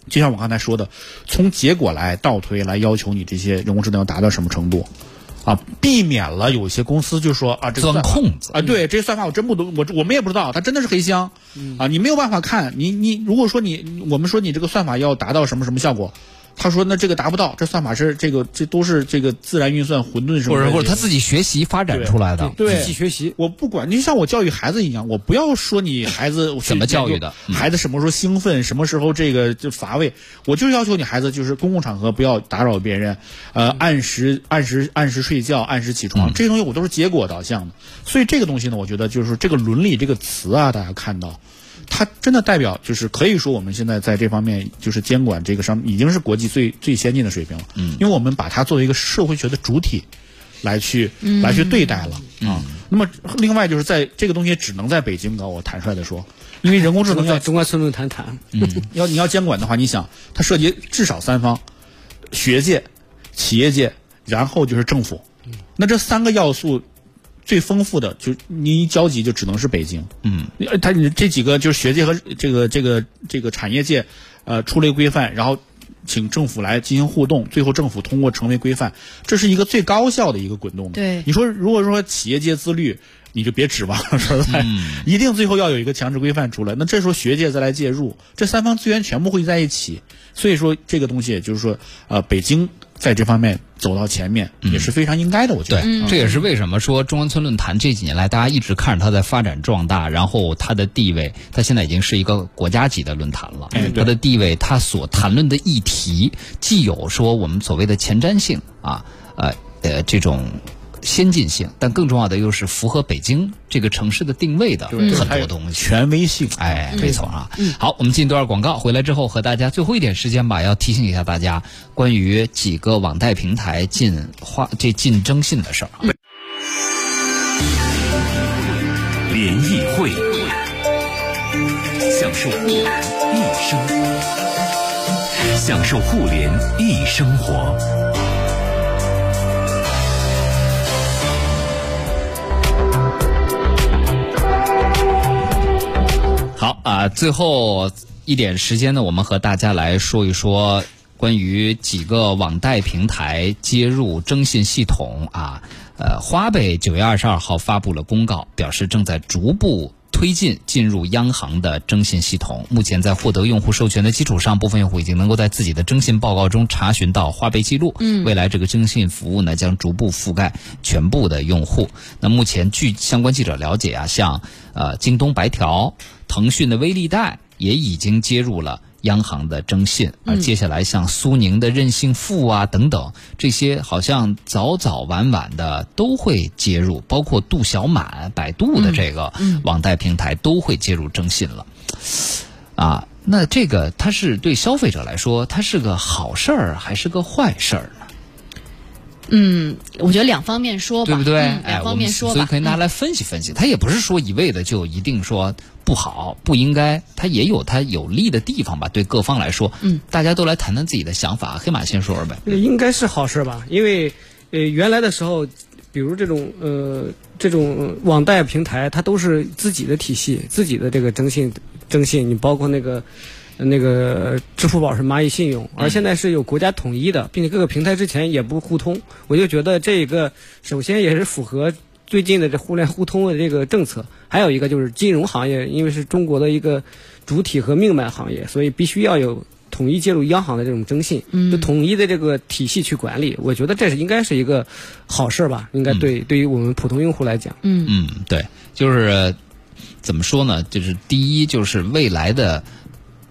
就像我刚才说的，从结果来倒推来要求你这些人工智能要达到什么程度，啊，避免了有些公司就说啊，这个钻算法空子。嗯啊，对，这算法我真不懂，我我们也不知道，它真的是黑箱、啊，你没有办法看。你你如果说你我们说你这个算法要达到什么什么效果，他说那这个达不到，这算法是这个这都是这个自然运算混沌什么或的者或者他自己学习发展出来的，对机器学习，我不管，你就像我教育孩子一样，我不要说你 [LAUGHS] 孩子怎么教育的嗯孩子什么时候兴奋，什么时候这个就乏味，我就要求你孩子就是公共场合不要打扰别人，呃，按时按时按时睡觉，按时起嗯床，这些东西我都是结果导向的。所以这个东西呢，我觉得就是这个伦理这个词啊，大家看到。它真的代表就是可以说我们现在在这方面就是监管这个商已经是国际最最先进的水平了，嗯，因为我们把它作为一个社会学的主体来去、来去对待了、啊。那么另外就是在这个东西只能在北京搞，我坦率的说，因为人工智只能能要在中关村论坛谈。要你要监管的话，你想它涉及至少三方，学界、企业界，然后就是政府。那这三个要素最丰富的，就你一交集就只能是北京。嗯，呃它你这几个就是学界和这个这个这个产业界，呃，出了一个规范，然后请政府来进行互动，最后政府通过成为规范，这是一个最高效的一个滚动的。对你说如果说企业界自律。你就别指望了，说实在，一定最后要有一个强制规范出来。那这时候学界再来介入，这三方资源全部汇集在一起，所以说这个东西也就是说，呃，北京在这方面走到前面、也是非常应该的，我觉对得。，这也是为什么说中关村论坛这几年来，大家一直看着它在发展壮大，然后它的地位，它现在已经是一个国家级的论坛了。哎它对的地位，它所谈论的议题，既有说我们所谓的前瞻性啊，呃呃这种。先进性，但更重要的又是符合北京这个城市的定位的对很还多有嗯东西。权威性，哎，没错啊。好，我们进一段广告，回来之后和大家最后一点时间吧，要提醒一下大家关于几个网贷平台进花这进征信的事儿啊。联谊会，享受互联易生，享受互联易生活。好啊、最后一点时间呢，我们和大家来说一说关于几个网贷平台接入征信系统啊。呃，花呗九月二十二号发布了公告，表示正在逐步。推进进入央行的征信系统，目前在获得用户授权的基础上，部分用户已经能够在自己的征信报告中查询到花呗记录。嗯，未来这个征信服务呢将逐步覆盖全部的用户。那目前据相关记者了解啊，像呃京东白条、腾讯的微粒贷也已经接入了。央行的征信，而接下来像苏宁的任性付啊等等，这些好像早早晚晚的都会接入，包括杜小满、百度的这个网贷平台都会接入征信了。啊，那这个它是对消费者来说，它是个好事儿还是个坏事儿呢？我觉得两方面说吧，对不对？嗯哎，两我方们面说所以吧嗯可以。拿来分析分析。它也不是说一味的就一定说不好、不应该，它也有它有利的地方吧。对各方来说，嗯，大家都来谈谈自己的想法。黑马先说说呗。呃应该是好事儿吧，因为呃原来的时候，比如这种呃这种网贷平台，它都是自己的体系，自己的这个征信征信，你包括那个。呃那个支付宝是蚂蚁信用，而现在是有国家统一的，并且各个平台之前也不互通，我就觉得这个首先也是符合最近的这互联互通的这个政策，还有一个就是金融行业，因为是中国的一个主体和命脉行业，所以必须要有统一介入央行的这种征信，就统一的这个体系去管理。我觉得这是应该是一个好事儿吧，应该对、对于我们普通用户来讲，嗯，对，就是怎么说呢？就是第一，就是未来的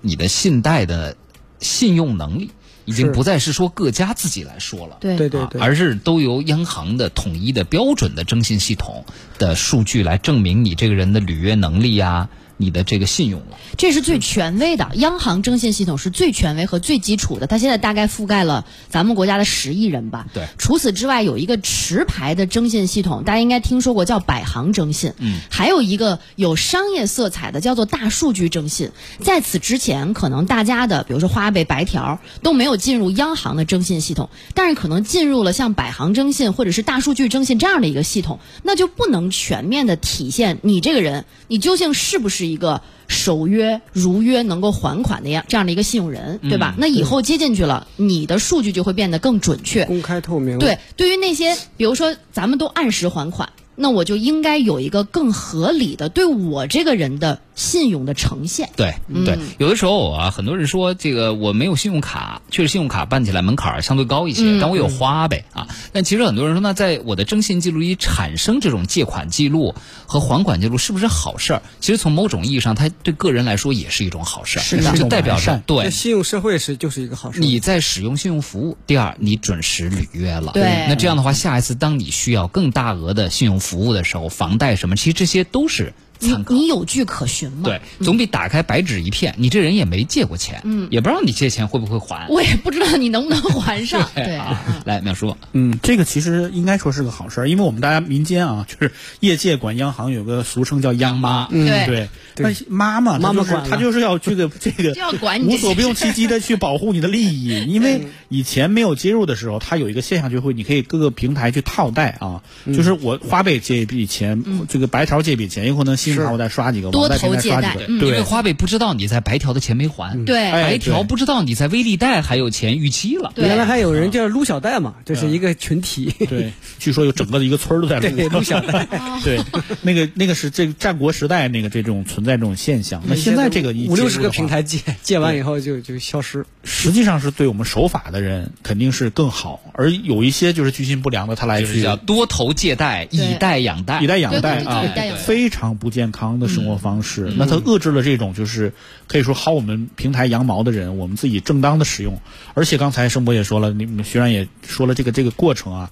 你的信贷的信用能力，已经是不再是说各家自己来说了。对对对对，啊，而是都由央行的统一的标准的征信系统的数据来证明你这个人的履约能力啊，你的这个信用了。这是最权威的，央行征信系统是最权威和最基础的，它现在大概覆盖了咱们国家的十亿人吧。对除此之外，有一个持牌的征信系统，大家应该听说过，叫百行征信。嗯。还有一个有商业色彩的，叫做大数据征信。在此之前，可能大家的，比如说花呗、白条都没有进入央行的征信系统，但是可能进入了像百行征信或者是大数据征信这样的一个系统，那就不能全面的体现你这个人，你究竟是不是一个。守约、如约能够还款的样这样的一个信用人，对嗯吧？那以后接进去了，你的数据就会变得更准确。公开透嗯明，对，对于那些比如说咱们都按时还款，那我就应该有一个更合理的对我这个人的信用的呈现。对嗯对，有的时候啊，很多人说这个我没有信用卡，确实信用卡办起来门槛儿相对高一些，嗯但我有花呗啊。但其实很多人说，那在我的征信记录里产生这种借款记录和还款记录是不是好事儿？其实从某种意义上，它对个人来说也是一种好事儿，是的就代表着对这信用社会是就是一个好事儿。你在使用信用服务，第二，你准时履约了。对那这样的话，下一次当你需要更大额的信用服务的时候，房贷什么，其实这些都是你参考。你嗯有据可循嘛？对，，总比打开白纸一片，你这人也没借过钱，嗯，也不知道你借钱会不会还。 [LAUGHS] 我也不知道你能不能还上。哦对，啊， [LAUGHS] 来，淼叔，嗯，这个其实应该说是个好事儿，因为我们大家民间啊，就是业界管央行有个俗称叫“央妈”，嗯对对，那妈妈妈她就妈是管了她就是要这个这个就要管你无所不用其极的去保护你的利 [LAUGHS] 益，因嗯为以前没有接入的时候，它有一个现象就会，你可以各个平台去套贷啊，嗯就是我花呗借一笔钱，这个白条借一笔钱，有可能信用卡我再刷几个，嗯多网贷头平台借刷几贷个，嗯因为对。花呗不知道你在白条的钱没嗯还，对哎白条对不知道你在微粒贷还有钱逾期了。对原来还有人嗯叫撸小贷嘛，这是一个群体。对， [LAUGHS] 据说有整个的一个村儿都在录嗯对，撸 [LAUGHS] 小贷，哦对，那个那个是这个战国时代那个这种存在这种现象。那现在这个一五六介十入的个话平，台借，借完以后就就消失。实际上是对我们守法的人肯定是更好，而有一些就是居心不良的，他来就是去叫多头借贷，以对贷养贷以。贷养贷对对对啊以贷养贷，嗯非常不健康的生活方式。那他遏制了这种就是可以说薅我们平台羊毛的人，我们自己正当的使用。而且刚才盛博也说了，你们学长也说了这个这个过程啊，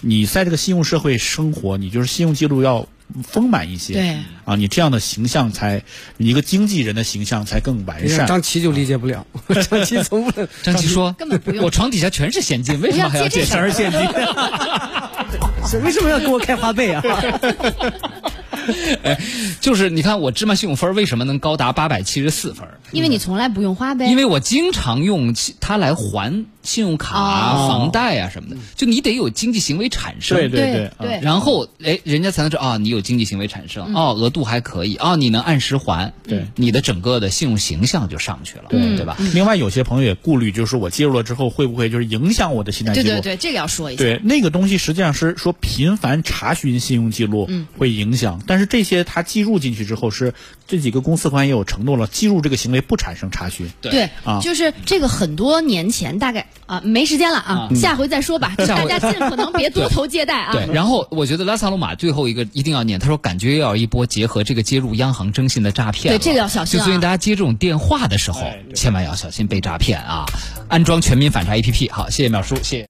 你在这个信用社会生活，你就是信用记录要丰满一些。对啊，你这样的形象才，你一个经纪人的形象才更完哎善。嗯张琪就理解不了， [LAUGHS] 张琪从 [LAUGHS] 不能张琪说：“根本不 [LAUGHS] 用我床底下全是现金，为什么还要借不要全借 [LAUGHS] 是现金？是为什么要给我开花呗啊？就是你看我芝麻信用分为什么能高达八百七十四分？因为你从来不用花呗，因为我经常用其它来还信用卡、啊、哦房贷啊什么的，就你得有经济行为产生。对对对对对然后，哎，人家才能说啊、你有经济行为产生，哦，额度还可以，哦，你能按时还，对你的整个的信用形象就上去了，对吧？嗯另外，有些朋友也顾虑，就是我介入了之后，会不会就是影响我的信贷记对录？对对，这个要说一下。对那个东西实际上是说频繁查询信用记录嗯会影响，但是这些它计入进去之后是这几个公司官也有承诺了，计入这个行为不产生查询。对对啊就是这个很多年前，大概啊没时间了啊，下回再说吧。就下大回家尽可能别多头借贷啊。对，然后我觉得拉萨鲁马最后一个一定要念，他说感觉要有一波结合这个接入央行征信的诈骗了，对这个要小心就啊所以大家接这种电话的时候，千万要小心被诈骗啊！安装全民反诈 APP。好，谢谢淼叔，谢谢。